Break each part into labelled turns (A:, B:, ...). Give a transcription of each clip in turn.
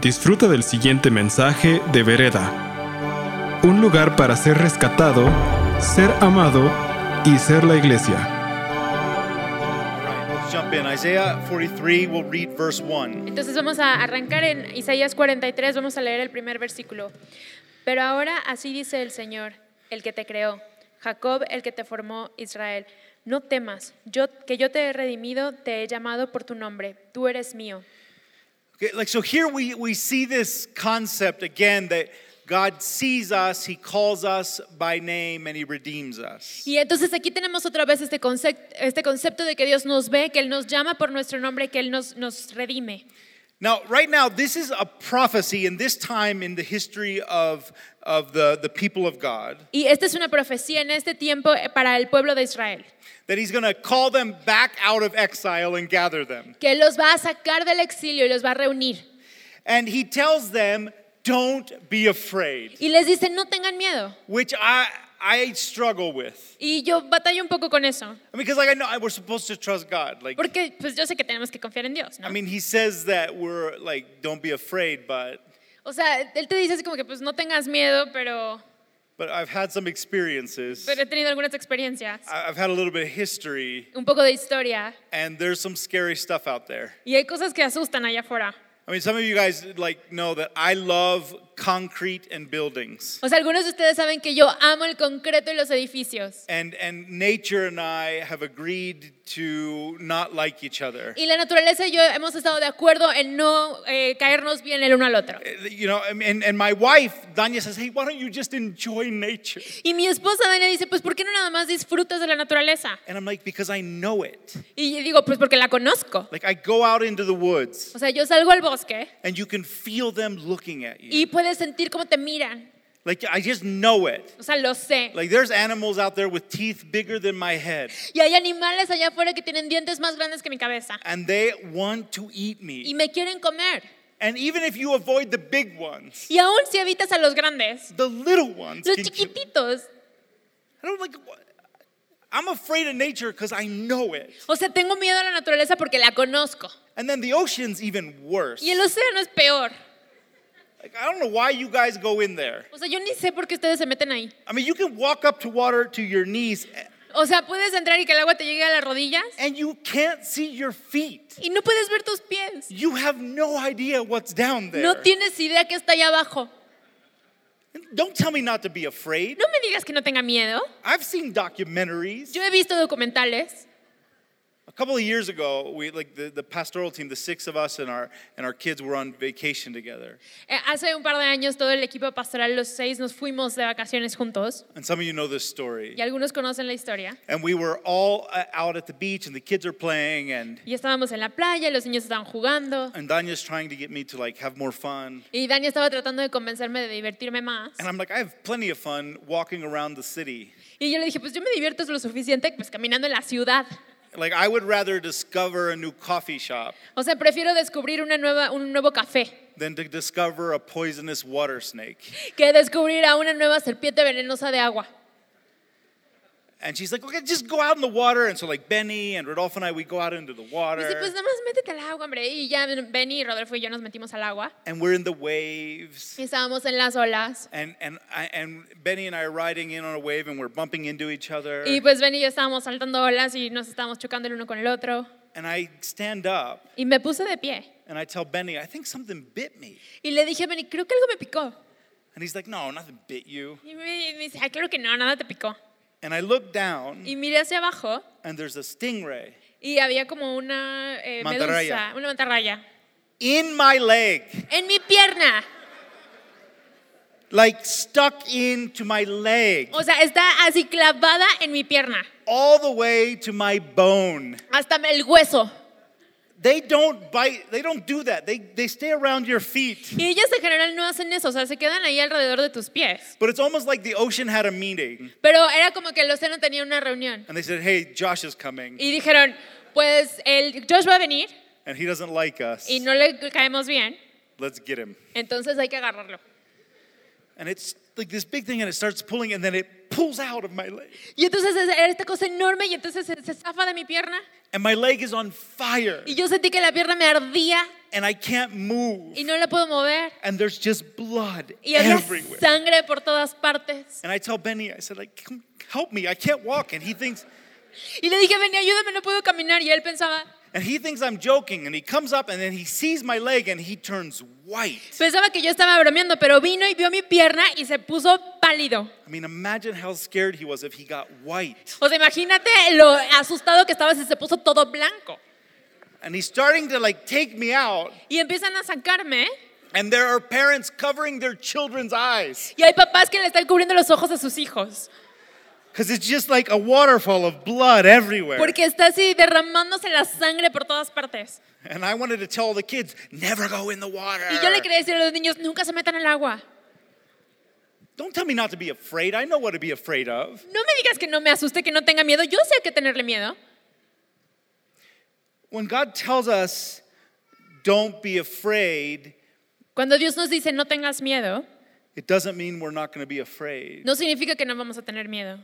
A: Disfruta del siguiente mensaje de Vereda. Un lugar para ser rescatado, ser amado y ser la iglesia.
B: All right, let's jump in. Isaiah 43, we'll read verse 1.
C: Entonces vamos a arrancar en Isaías 43, vamos a leer el primer versículo. Pero ahora así dice el Señor, el que te creó, Jacob, el que te formó, Israel. No temas, yo que yo te he redimido, te he llamado por tu nombre, tú eres mío.
B: Okay, like, so here we, we see this concept again that God sees us, He calls us by name, and He redeems us.
C: Y entonces aquí tenemos otra vez este concepto, este concepto de que Dios nos ve, que Él nos llama por nuestro nombre, que Él nos, nos redime.
B: Now, right now, this is a prophecy in this time in the history of, of the, the people of God
C: Y esta es una profecía en este tiempo eh, para el pueblo de Israel,
B: that He's going to call them back out of exile and gather them.
C: que Él los va a sacar del exilio y los va a reunir.
B: And He tells them, don't be afraid,
C: Y les dice, no tengan miedo.
B: which I, I struggle with.
C: Y yo batallo un poco con eso,
B: Because, like, I know we're supposed to trust God. Like,
C: porque pues yo sé que tenemos que confiar en Dios, ¿no?
B: I mean, He says that we're like, don't be afraid, but
C: O sea, él te dice así como que pues no tengas miedo, pero,
B: But I've had some experiences.
C: pero he tenido algunas experiencias,
B: I- I've had a little bit of history,
C: un poco de historia
B: and there's some scary stuff out there.
C: y hay cosas que asustan allá afuera.
B: I mean, some of you guys like know that I love concrete and buildings,
C: O sea, algunos de ustedes saben que yo amo el concreto y los edificios.
B: and and nature and I have agreed to not like each other.
C: Y la naturaleza y yo hemos estado de acuerdo en no eh, caernos bien el uno al otro.
B: You know, I mean, and, and my wife Danya says, "Hey, why don't you just enjoy nature?"
C: Y mi esposa Dania dice, pues ¿por qué no nada más disfrutas de la naturaleza?
B: And I'm like, "Because I know it.
C: Y yo digo, pues porque la conozco.
B: Like I go out into the woods,
C: O sea, yo salgo al bosque
B: and you can feel them looking at you.
C: y puedes sentir cómo te miran.
B: Like I just know it."
C: O sea, lo sé.
B: Like there's animals out there with teeth bigger than my head,
C: Y hay animales allá afuera que tienen dientes más grandes que mi cabeza
B: and they want to eat
C: y
B: me.
C: me quieren comer.
B: And even if you avoid the big ones,
C: Y aún si evitas a los grandes,
B: the little ones.
C: los
B: can keep-
C: chiquititos.
B: I don't like. what- I'm afraid of nature because I know it.
C: O sea, tengo miedo a la naturaleza porque la conozco.
B: And then the ocean's even worse.
C: Y el océano es peor.
B: Like, I don't know why you guys go in there.
C: O sea, yo ni sé por qué ustedes se meten ahí.
B: I mean, you can walk up to water to your knees a-
C: O sea, puedes entrar y que el agua te llegue a las rodillas
B: and you can't see your feet.
C: y no puedes ver tus pies.
B: You have no idea what's down there.
C: No tienes idea que está allá abajo.
B: Don't tell me not to be afraid.
C: No me digas que no tenga miedo.
B: I've seen documentaries.
C: Yo he visto documentales.
B: A couple of years ago, we like the, the pastoral team, the six of us and our and our kids were on vacation together.
C: Eh, Hace un par de años todo el equipo pastoral, los seis, nos fuimos de vacaciones juntos
B: And some of you know this story.
C: y algunos conocen la historia.
B: And we were all uh, out at the beach and the kids are playing and
C: Y estábamos en la playa, los niños estaban jugando
B: and Danya's trying to get me to like have more fun.
C: y Dani estaba tratando de convencerme de divertirme más.
B: And I'm like, I have plenty of fun walking around the city.
C: Y yo le dije, pues yo me divierto lo suficiente pues caminando en la ciudad.
B: Like I would rather discover a new coffee shop
C: O sea, prefiero descubrir una nueva, un nuevo café
B: than to discover a poisonous water snake.
C: que descubrir a una nueva serpiente venenosa de agua.
B: And she's like, okay, just go out in the water. And so like Benny and Rodolfo and I, we go out into the
C: Y dice,
B: water
C: pues nada más métete al agua, hombre. Y ya Benny, Rodolfo y yo nos metimos al agua.
B: and we're in the waves.
C: Y estábamos en las olas.
B: and and I, and Benny and I are riding in on a wave and we're bumping into each other.
C: Y pues Benny y yo estábamos saltando olas y nos estábamos chocando el uno con el otro.
B: and I stand up
C: Y me puse de pie.
B: and I tell Benny, I think something bit me.
C: Y le dije a Benny, creo que algo me picó.
B: And he's like, No, nothing bit you.
C: Y me, me dice, ay, claro que no, nada te picó.
B: And I look down
C: Y miré hacia abajo
B: and there's a stingray
C: y había como una eh,
B: Mantarraya.
C: medusa, una mantarraya.
B: in my leg,
C: En mi pierna.
B: like stuck into my leg,
C: O sea, está así clavada en mi pierna,
B: all the way to my bone.
C: hasta el hueso.
B: They don't bite. They don't do that. They they stay around your feet.
C: Y ellas en general no hacen eso, o sea, se quedan ahí alrededor de tus pies.
B: But it's almost like the ocean had a meeting
C: Pero era como que el océano tenía una reunión
B: and they said, Hey, Josh is coming
C: y dijeron, pues el Josh va a venir
B: and he doesn't like us.
C: y no le caemos bien,
B: Let's get him.
C: entonces hay que agarrarlo.
B: and it's like this big thing and it starts pulling and then it pulls out of my leg.
C: Y entonces es- era esta cosa enorme y entonces se, se zafa de mi pierna
B: And my leg is on fire.
C: y yo sentí que la pierna me ardía
B: And I can't move.
C: y no la puedo mover
B: And there's just blood
C: y había
B: everywhere.
C: sangre por todas partes.
B: And I tell Benny, I said, like, come help me. I can't walk. And he thinks,
C: Y le dije, ven, ayúdame, no puedo caminar. Y él pensaba,
B: and he thinks I'm joking. And he comes up and then he sees my leg and he turns white.
C: pensaba que yo estaba bromeando, pero vino y vio mi pierna y se puso pálido.
B: I mean, imagine how scared he was if he got white.
C: O sea, imagínate lo asustado que estaba si se puso todo blanco.
B: And he's starting to like take me out.
C: Y empiezan a sacarme ¿eh?
B: And there are parents covering their children's eyes
C: y hay papás que le están cubriendo los ojos a sus hijos
B: because it's just like a waterfall of blood everywhere.
C: porque está así derramándose la sangre por todas partes.
B: And I wanted to tell the kids, never go in the water.
C: Y yo le quería decir a los niños, nunca se metan al agua.
B: Don't tell me not to be afraid. I know what to be afraid of.
C: No me digas que no me asuste, que no tenga miedo. Yo sé que tenerle miedo.
B: When God tells us, don't be afraid,
C: Cuando Dios nos dice no tengas miedo,
B: it doesn't mean we're not going to be afraid.
C: no significa que no vamos a tener miedo.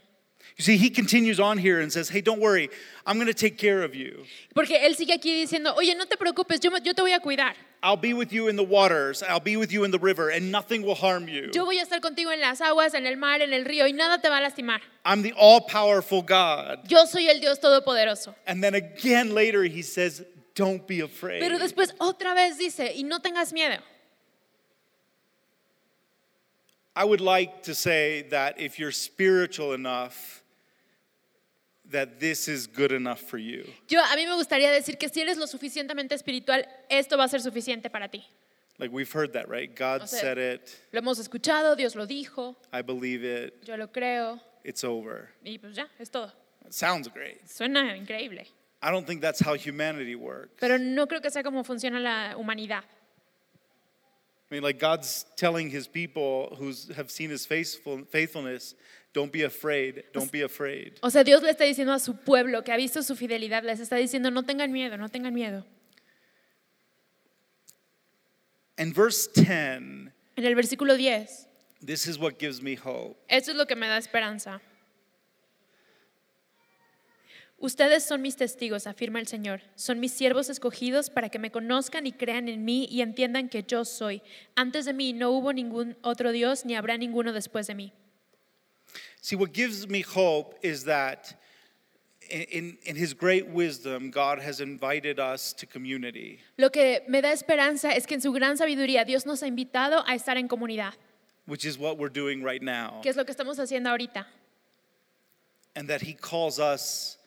B: You see, he continues on here and says, hey, don't worry. I'm going to take care of you.
C: Porque Él sigue aquí diciendo, oye, no te preocupes, yo, me- yo te voy a cuidar.
B: I'll be with you in the waters. I'll be with you in the river, and nothing will harm you.
C: Yo voy a estar contigo en las aguas, en el mar, en el río y nada te va a lastimar.
B: I'm the all powerful God.
C: Yo soy el Dios Todopoderoso.
B: And then again later, he says, don't be afraid.
C: Pero después otra vez dice, y no tengas miedo.
B: I would like to say that if you're spiritual enough, that this is good enough for you.
C: Yo a mí me gustaría decir que si eres lo suficientemente espiritual, esto va a ser suficiente para ti.
B: Like we've heard that, right? God
C: O sea-
B: said it.
C: Lo hemos escuchado, Dios lo dijo,
B: I believe it.
C: yo lo creo
B: It's over.
C: y pues ya, es todo.
B: It sounds great.
C: Suena increíble,
B: I don't think that's how humanity works.
C: pero no creo que sea como funciona la humanidad.
B: I mean, like God's telling his people who have seen his faithful, faithfulness, don't be afraid, don't be afraid.
C: O sea, Dios le está diciendo a su pueblo que ha visto su fidelidad, les está diciendo no tengan miedo, no tengan miedo.
B: And verse 10,
C: En el versículo 10,
B: this is what gives me hope.
C: esto es lo que me da esperanza. Ustedes son mis testigos, afirma el Señor. Son mis siervos escogidos para que me conozcan y crean en mí y entiendan que yo soy. Antes de mí no hubo ningún otro Dios ni habrá ninguno después de mí.
B: See, what gives me hope is that in, in, in his great wisdom, God has invited us to community.
C: Lo que me da esperanza es que en su gran sabiduría Dios nos ha invitado a estar en comunidad,
B: which is what we're doing right now,
C: que es lo que estamos haciendo ahorita,
B: and that he calls us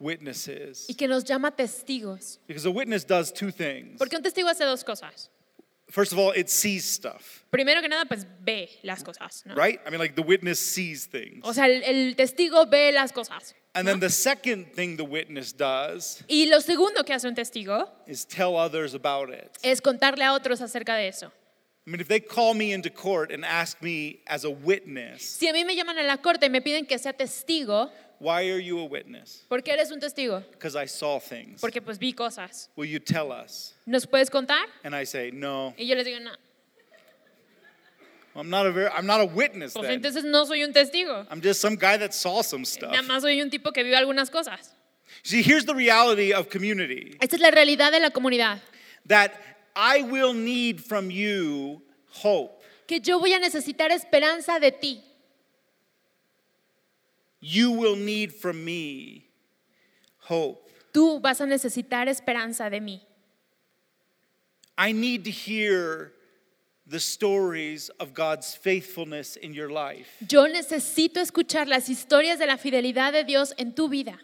B: witnesses.
C: y que nos llama testigos.
B: Because a witness does two things.
C: Porque un testigo hace dos cosas.
B: First of all, it sees stuff,
C: Primero que nada, pues ve las cosas, ¿no?
B: right? I mean, like the witness sees things.
C: O sea, el, el testigo ve las cosas.
B: And then the second thing the witness does
C: Y lo segundo que hace un testigo
B: is tell others about it.
C: es contarle a otros acerca de eso.
B: I mean, if they call me into court and ask me as a witness,
C: Si a mí me llaman a la corte y me piden que sea testigo,
B: why are you a witness?
C: ¿por qué eres un testigo?
B: Because I saw things.
C: Porque pues vi cosas.
B: Will you tell us?
C: ¿Nos puedes contar?
B: And I say, no,
C: Y yo les digo, no, pues,
B: I'm not a, ver- I'm not a witness
C: pues
B: then.
C: entonces no soy un testigo.
B: I'm just some guy that saw some stuff.
C: Nada más soy un tipo que vive algunas cosas.
B: See, here's the reality of community
C: Esta es la realidad de la comunidad.
B: that I will need from you hope.
C: Que yo voy a necesitar esperanza de ti.
B: You will need from me hope.
C: Tú vas a necesitar esperanza de mí.
B: I need to hear the stories of God's faithfulness in your life.
C: Yo necesito escuchar las historias de la fidelidad de Dios en tu vida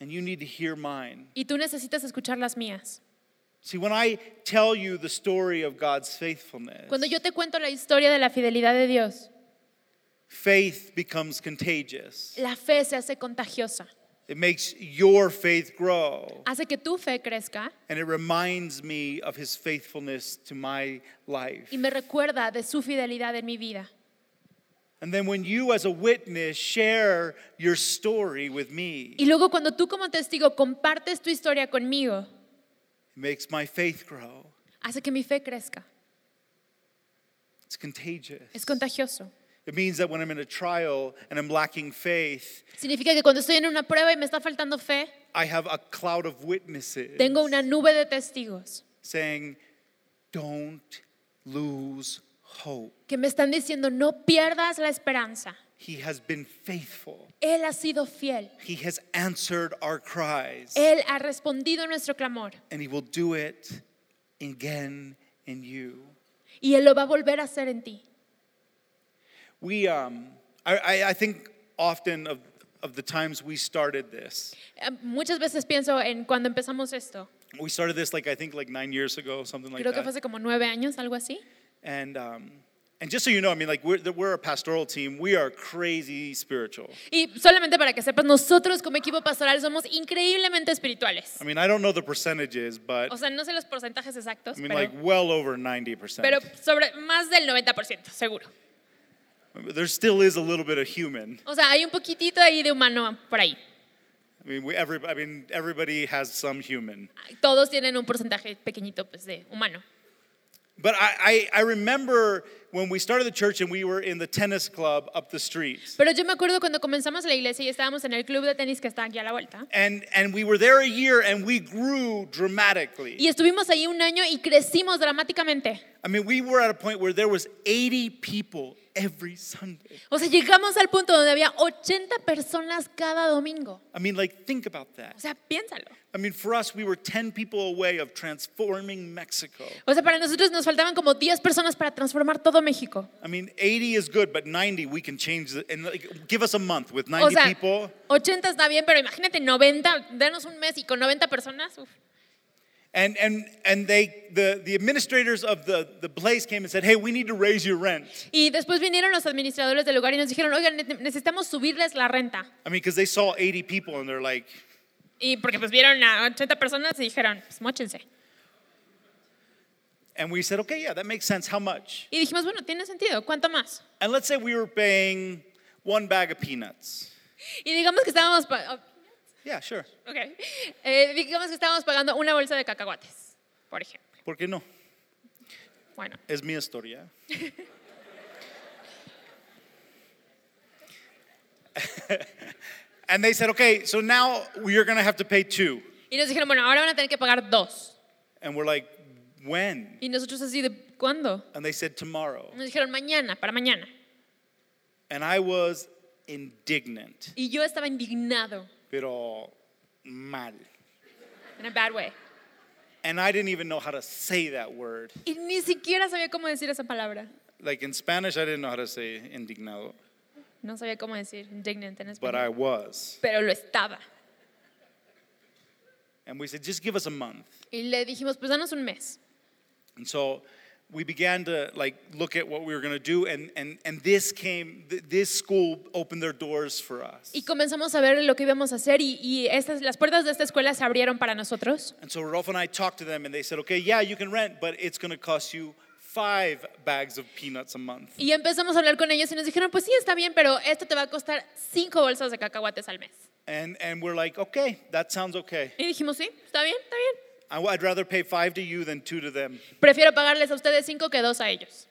B: And you need to hear mine.
C: y tú necesitas escuchar las mías.
B: See, when I tell you the story of God's faithfulness,
C: Cuando yo te cuento la historia de la fidelidad de Dios,
B: faith becomes contagious.
C: la fe se hace contagiosa,
B: It makes your faith grow.
C: hace que tu fe crezca
B: And it reminds me of his faithfulness to my life.
C: y me recuerda de su fidelidad en mi vida.
B: And then when you, as a witness, share your story with me,
C: Y luego cuando tú como testigo compartes tu historia conmigo,
B: it makes my faith grow.
C: hace que mi fe crezca,
B: It's contagious.
C: es contagioso.
B: It means that when I'm in a trial and I'm lacking faith,
C: Significa que cuando estoy en una prueba y me está faltando fe,
B: I have a cloud of witnesses
C: tengo una nube de testigos
B: saying, Don't lose hope.
C: que me están diciendo, no pierdas la esperanza.
B: He has been faithful.
C: Él ha sido fiel.
B: He has answered our cries.
C: Él ha respondido nuestro clamor
B: And He will do it again in you.
C: y Él lo va a volver a hacer en ti.
B: We, um, I, I, I think often of, of the times we started this.
C: Eh, Muchas veces pienso en cuando empezamos esto,
B: We started this like I think like nine years ago, something like
C: creo
B: that.
C: que fue hace como nueve años, algo así.
B: And um, and just so you know, I mean, like we're we're a pastoral team. We are crazy spiritual.
C: Y solamente para que sepas, nosotros como equipo pastoral somos increíblemente espirituales.
B: I mean, I don't know the percentages, but
C: O sea, no sé los porcentajes exactos,
B: I mean,
C: pero,
B: like well over ninety percent.
C: pero sobre más del 90%, seguro.
B: There still is a little bit of human.
C: O sea, hay un poquitito ahí de humano por ahí.
B: I mean, we every I mean everybody has some human.
C: Todos tienen un porcentaje pequeñito pues, de humano.
B: But I, I I remember when we started the church and we were in the tennis club up the street.
C: Pero yo me acuerdo cuando comenzamos la iglesia y estábamos en el club de tenis que está aquí a la vuelta.
B: And and we were there a year and we grew dramatically.
C: Y estuvimos ahí un año y crecimos dramáticamente.
B: I mean, we were at a point where there was 80 people every Sunday.
C: O sea, llegamos al punto donde había 80 personas cada domingo.
B: I mean, like think about that.
C: O sea, piénsalo.
B: I mean, for us, we were 10 people away of transforming Mexico.
C: O sea, para nosotros nos faltaban como 10 personas para transformar todo México.
B: I mean, 80 is good, but 90, we can change. The, and like, give us a month with 90
C: O sea,
B: people.
C: 80 está bien, pero imagínate 90, danos un mes y con 90 personas. uf.
B: And, and, and they, the, the administrators of the, the place came and said, hey, we need to raise your rent.
C: Y después vinieron los administradores del lugar y nos dijeron, oigan, ne- necesitamos subirles la renta.
B: I mean, because they saw 80 people and they're like,
C: Y porque pues vieron a 80 personas y dijeron, pues mochense.
B: and we said, okay, yeah, that makes sense. How much?
C: Y dijimos, bueno, tiene sentido, ¿cuánto más?
B: And let's say we were paying one bag of peanuts.
C: Y digamos que estábamos, pa-
B: Yeah, sure.
C: oh, ok. Eh, digamos que estábamos pagando una bolsa de cacahuates, por ejemplo.
B: ¿Por qué no?
C: Bueno,
B: Es mi historia. and they said, okay, so now you're going to have to pay two.
C: y nos dijeron, bueno, ahora van a tener que pagar dos.
B: And we're like, when?
C: Y nosotros así de, ¿cuándo?
B: And they said, tomorrow.
C: Nos dijeron, mañana, para mañana.
B: And I was indignant,
C: Y yo estaba indignado,
B: pero mal.
C: in a bad way.
B: And I didn't even know how to say that word.
C: Y ni siquiera sabía cómo decir esa palabra.
B: Like in Spanish, I didn't know how to say indignado,
C: No sabía cómo decir indignant en
B: but I
C: español.
B: was.
C: Pero lo estaba.
B: And we said, just give us a month.
C: Y le dijimos, pues danos un mes.
B: And so we began to like look at what we were going to do and and and this came th- this school opened their doors for us.
C: Y comenzamos a ver lo que íbamos a hacer y, y estas, las puertas de esta escuela se abrieron para nosotros.
B: And so Rolf and I talked to them and they said, "Okay, yeah, you can rent, but it's going to cost you 5 bags of peanuts a month."
C: Y empezamos a hablar con ellos y nos dijeron, pues sí, está bien, pero esto te va a costar cinco bolsas de cacahuates al mes.
B: And and we're like, "Okay, that sounds okay.
C: Y dijimos, sí, está bien, está bien.
B: I, would rather pay 5 to you than 2 to them."
C: Prefiero pagarles a ustedes cinco que dos a ellos.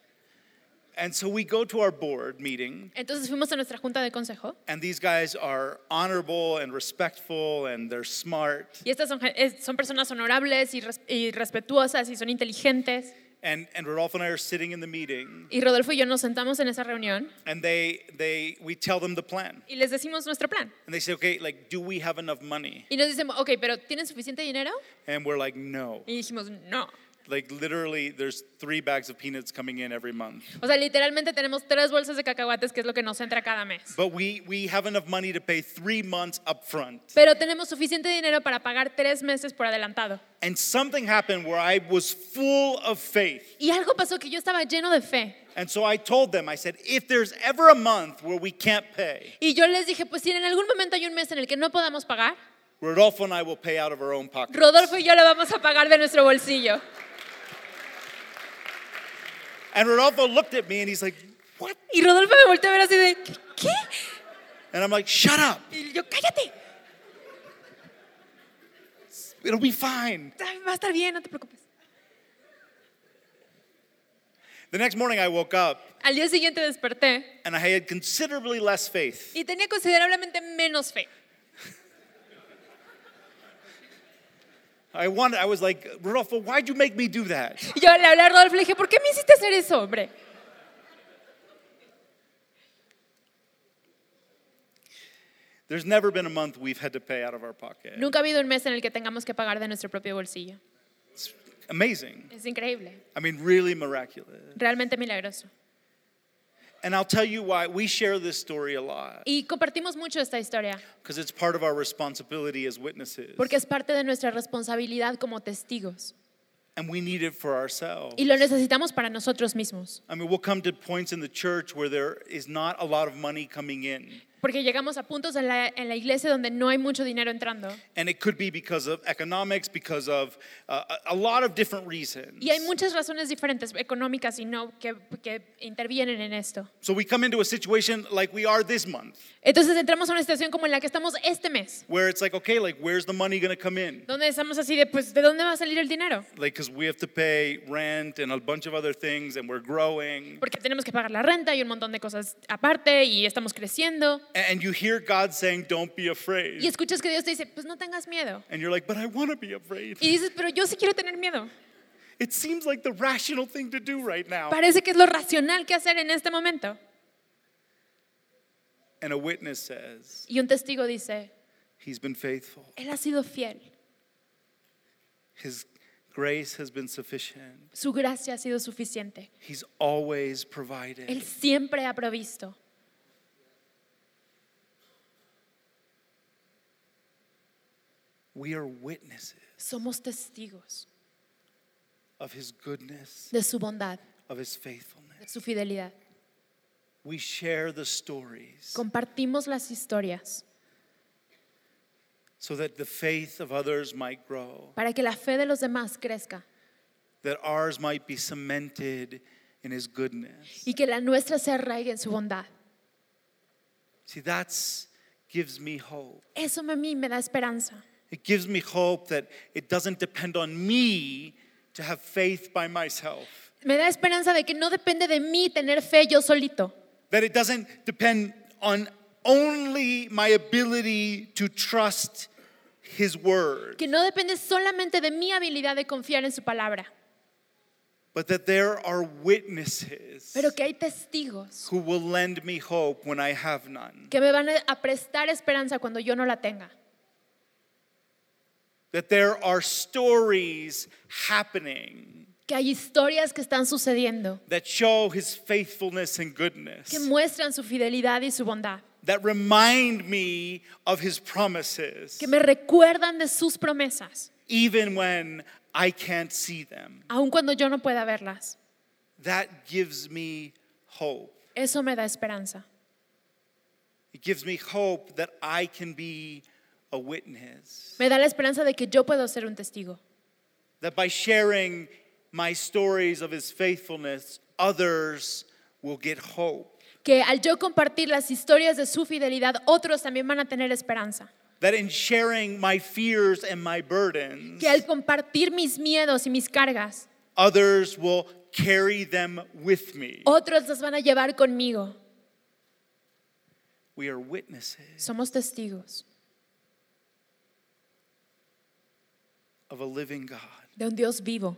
B: And so we go to our board meeting
C: Entonces fuimos a nuestra junta de consejo
B: and these guys are honorable and respectful and they're smart
C: y estas son, gen- es- son personas honorables y, res- y respetuosas y son inteligentes.
B: and and Rodolfo and I are sitting in the meeting
C: Y Rodolfo y yo nos sentamos en esa reunión
B: and they they we tell them the plan.
C: y les decimos nuestro plan.
B: And they say, okay, like, do we have enough money?
C: Y nos dicen, ok, pero ¿tienen suficiente dinero?
B: And we're like, no.
C: Y dijimos, no.
B: Like, literally, there's three bags of peanuts coming in every month.
C: O sea, literalmente tenemos tres bolsas de cacahuates, que es lo que nos entra cada mes.
B: But we, we have enough money to pay three months up front.
C: Pero tenemos suficiente dinero para pagar tres meses por adelantado.
B: And something happened where I was full of faith.
C: Y algo pasó que yo estaba lleno de fe.
B: And so I told them, I said, if there's ever a month where we can't pay,
C: Y yo les dije, pues si en algún momento hay un mes en el que no podamos pagar,
B: Rodolfo and I will pay out of our own pocket.
C: Rodolfo y yo lo vamos a pagar de nuestro bolsillo.
B: And Rodolfo looked at me and he's like, what?
C: Y Rodolfo me volteó a ver así de, ¿qué?
B: And I'm like, shut up.
C: Y yo, cállate,
B: It'll
C: "Ah,
B: be fine.
C: va a estar bien, no te preocupes.
B: The next morning I woke up
C: Al día siguiente desperté
B: and I had considerably less faith.
C: y tenía considerablemente menos fe.
B: I wanted, I was like, Rodolfo, why'd you make me do that?
C: Y yo le hablé a Rodolfo y le dije, ¿por qué me hiciste hacer eso, hombre?
B: There's never been a month we've had to pay out of our pocket.
C: Nunca ha habido un mes en el que tengamos que pagar de nuestro propio bolsillo.
B: It's amazing.
C: Es increíble,
B: I mean, really miraculous.
C: realmente milagroso.
B: And I'll tell you why we share this story a lot
C: Y compartimos mucho esta historia
B: because it's part of our responsibility as witnesses.
C: porque es parte de nuestra responsabilidad como testigos
B: and we need it for ourselves.
C: y lo necesitamos para nosotros mismos.
B: I mean, we'll come to points in the church where there is not a lot of money coming in.
C: Porque llegamos a puntos en la, en la iglesia donde no hay mucho dinero entrando.
B: And it could be because of economics, because of uh, a- a lot of different reasons.
C: Y hay muchas razones diferentes, económicas y no, que, que intervienen en esto.
B: So we come into a situation like we are this month,
C: Entonces entramos a una situación como en la que estamos este mes,
B: where it's like, okay, like where's the money going to come in?
C: donde estamos así de, pues, ¿de dónde va a salir el dinero?
B: Like, because we have to pay rent and a bunch of other things, and we're growing.
C: Porque tenemos que pagar la renta y un montón de cosas aparte y estamos creciendo.
B: And you hear God saying, don't be
C: Y
B: afraid.
C: escuchas que Dios te dice, pues no tengas miedo.
B: And you're like, but I want to be afraid.
C: Y dices, pero yo sí quiero tener miedo.
B: It seems like the rational thing to do right now.
C: Parece que es lo racional que hacer en este momento.
B: And a witness says,
C: Y un testigo dice,
B: He's been faithful.
C: Él ha sido fiel,
B: His grace has been sufficient.
C: su gracia ha sido suficiente,
B: He's always
C: Él
B: provided.
C: siempre ha provisto.
B: We are witnesses
C: Somos testigos
B: of His goodness,
C: de su bondad,
B: of His faithfulness.
C: de su fidelidad.
B: We share the stories
C: Compartimos las historias
B: so that the faith of others might grow,
C: para que la fe de los demás crezca
B: that ours might be cemented in His goodness.
C: y que la nuestra se arraigue en su bondad.
B: See, that's gives me hope.
C: Eso a mí me da esperanza.
B: It gives me hope that it doesn't depend on me to have faith by myself.
C: Me da esperanza de que no depende de mí tener fe yo solito,
B: that it doesn't depend on only my ability to trust his word
C: que no depende solamente de mi habilidad de confiar en su palabra,
B: but that there are witnesses
C: pero que hay testigos
B: who will lend me hope when i have none
C: que me van a prestar esperanza cuando yo no la tenga,
B: that there are stories happening
C: que hay historias que están sucediendo,
B: that show his faithfulness and
C: que
B: goodness
C: muestran su fidelidad y su bondad,
B: that remind me of his promises
C: que me recuerdan de sus promesas,
B: even when i can't see them
C: aun cuando yo no pueda verlas.
B: that gives me hope
C: Eso me da esperanza.
B: It gives me hope that I can be a witness.
C: Me da la esperanza de que yo puedo ser un testigo,
B: That by sharing my stories of his faithfulness, others will get hope.
C: que al yo compartir las historias de su fidelidad, otros también van a tener esperanza,
B: That in sharing my fears and my burdens,
C: que al compartir mis miedos y mis cargas,
B: others will carry them with me.
C: otros las van a llevar conmigo.
B: We are witnesses
C: Somos testigos
B: of a living God
C: de un Dios vivo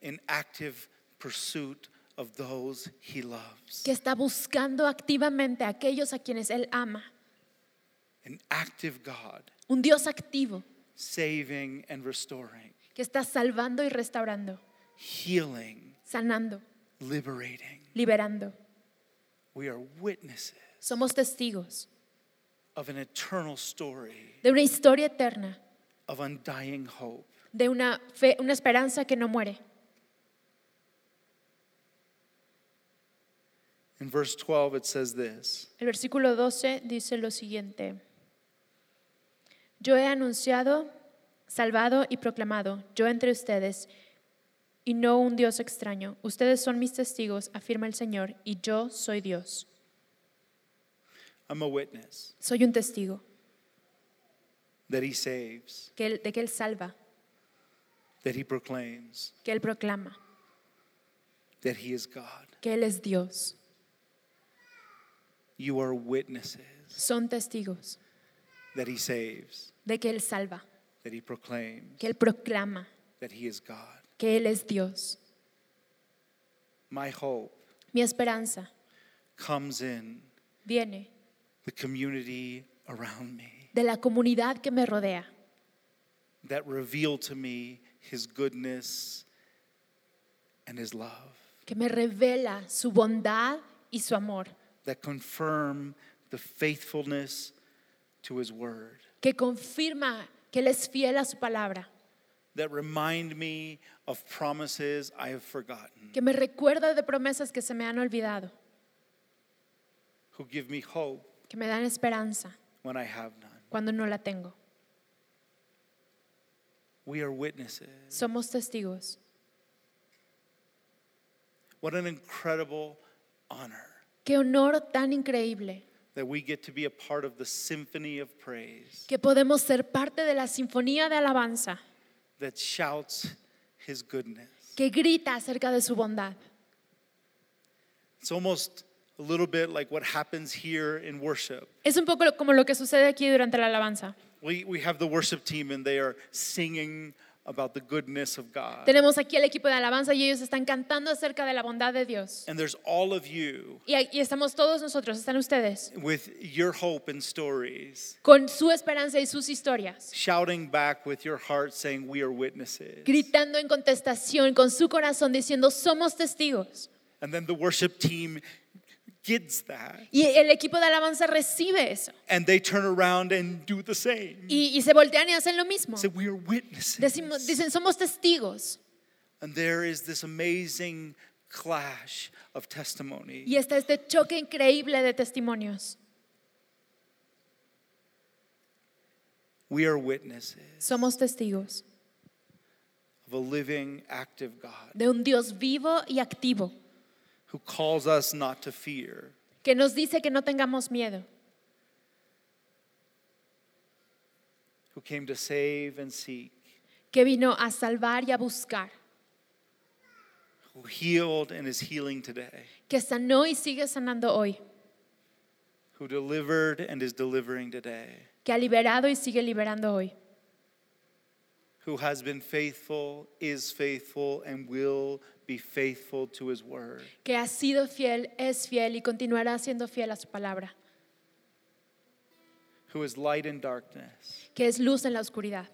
B: in active pursuit of those he loves.
C: que está buscando activamente a aquellos a quienes Él ama,
B: An active God
C: un Dios activo
B: saving and restoring,
C: que está salvando y restaurando,
B: healing,
C: sanando,
B: liberating.
C: liberando.
B: We are witnesses
C: Somos testigos
B: of an eternal story
C: de una historia eterna,
B: of undying hope.
C: de una fe, una esperanza que no muere.
B: In verse 12, it says this
C: El versículo 12 dice lo siguiente. Yo he anunciado, salvado y proclamado, yo entre ustedes, y no un Dios extraño. Ustedes son mis testigos, afirma el Señor, y yo soy Dios.
B: I'm a witness
C: Soy un testigo
B: that he saves,
C: que él- de que Él salva,
B: that he proclaims,
C: que Él proclama,
B: that He is God.
C: que Él es Dios.
B: You are witnesses
C: Son testigos
B: that He saves,
C: de que Él salva,
B: that He proclaims,
C: que Él proclama,
B: that He is God.
C: que Él es Dios.
B: My hope
C: Mi esperanza
B: comes in
C: viene
B: the community around me
C: de la comunidad que me rodea,
B: that reveal to me His goodness and His love,
C: que me revela su bondad y su amor,
B: that confirm the faithfulness to His word,
C: que confirma que Él es fiel a su palabra,
B: that remind me of promises I have forgotten,
C: que me recuerda de promesas que se me han olvidado,
B: who give me hope
C: que me dan esperanza
B: when I have none.
C: cuando no la tengo.
B: We are witnesses.
C: Somos testigos.
B: What an incredible honor
C: Qué honor tan increíble
B: that we get to be a part of the symphony of praise
C: que podemos ser parte de la sinfonía de alabanza
B: that shouts his goodness.
C: que grita acerca de su bondad.
B: It's almost a little bit like what happens here in worship.
C: Es un poco lo- como lo que sucede aquí durante la alabanza.
B: We, we have the worship team and they are singing about the goodness of God.
C: Tenemos aquí el equipo de alabanza y ellos están cantando acerca de la bondad de Dios.
B: And there's all of you
C: Y, ahí- y estamos todos nosotros, están ustedes,
B: with your hope and stories
C: con su esperanza y sus historias,
B: shouting back with your heart saying, We are witnesses.
C: gritando en contestación con su corazón diciendo, somos testigos.
B: And then the worship team gets that.
C: Y el equipo de alabanza recibe eso.
B: And they turn around and do the same.
C: Y, y se voltean y hacen lo mismo.
B: Say, we are witnesses.
C: Decimos- dicen, somos testigos.
B: and there is this amazing clash of testimony.
C: Y está este choque increíble de testimonios.
B: We are witnesses
C: Somos testigos
B: of a living, active God
C: de un Dios vivo y activo
B: who calls us not to fear,
C: que nos dice que no tengamos miedo,
B: who came to save and seek,
C: que vino a salvar y a buscar,
B: who healed and is healing today,
C: que sanó y sigue sanando hoy,
B: who delivered and is delivering today,
C: que ha liberado y sigue liberando hoy,
B: who has been faithful, is faithful, and will be faithful to his word.
C: que ha sido fiel, es fiel y continuará siendo fiel a su palabra,
B: Who is light in darkness,
C: que es luz en la oscuridad,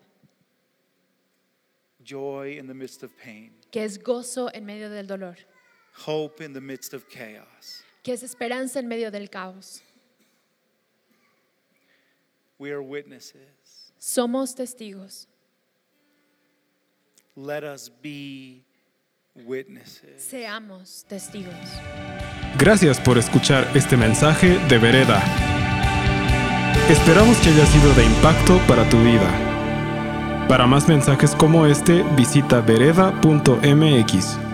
B: joy in the midst of pain,
C: que es gozo en medio del dolor,
B: hope in the midst of chaos.
C: que es esperanza en medio del caos.
B: We are witnesses.
C: Somos testigos.
B: Let us be witnesses.
C: Seamos testigos.
A: Gracias por escuchar este mensaje de Vereda. Esperamos que haya sido de impacto para tu vida. Para más mensajes como este, visita vereda.mx.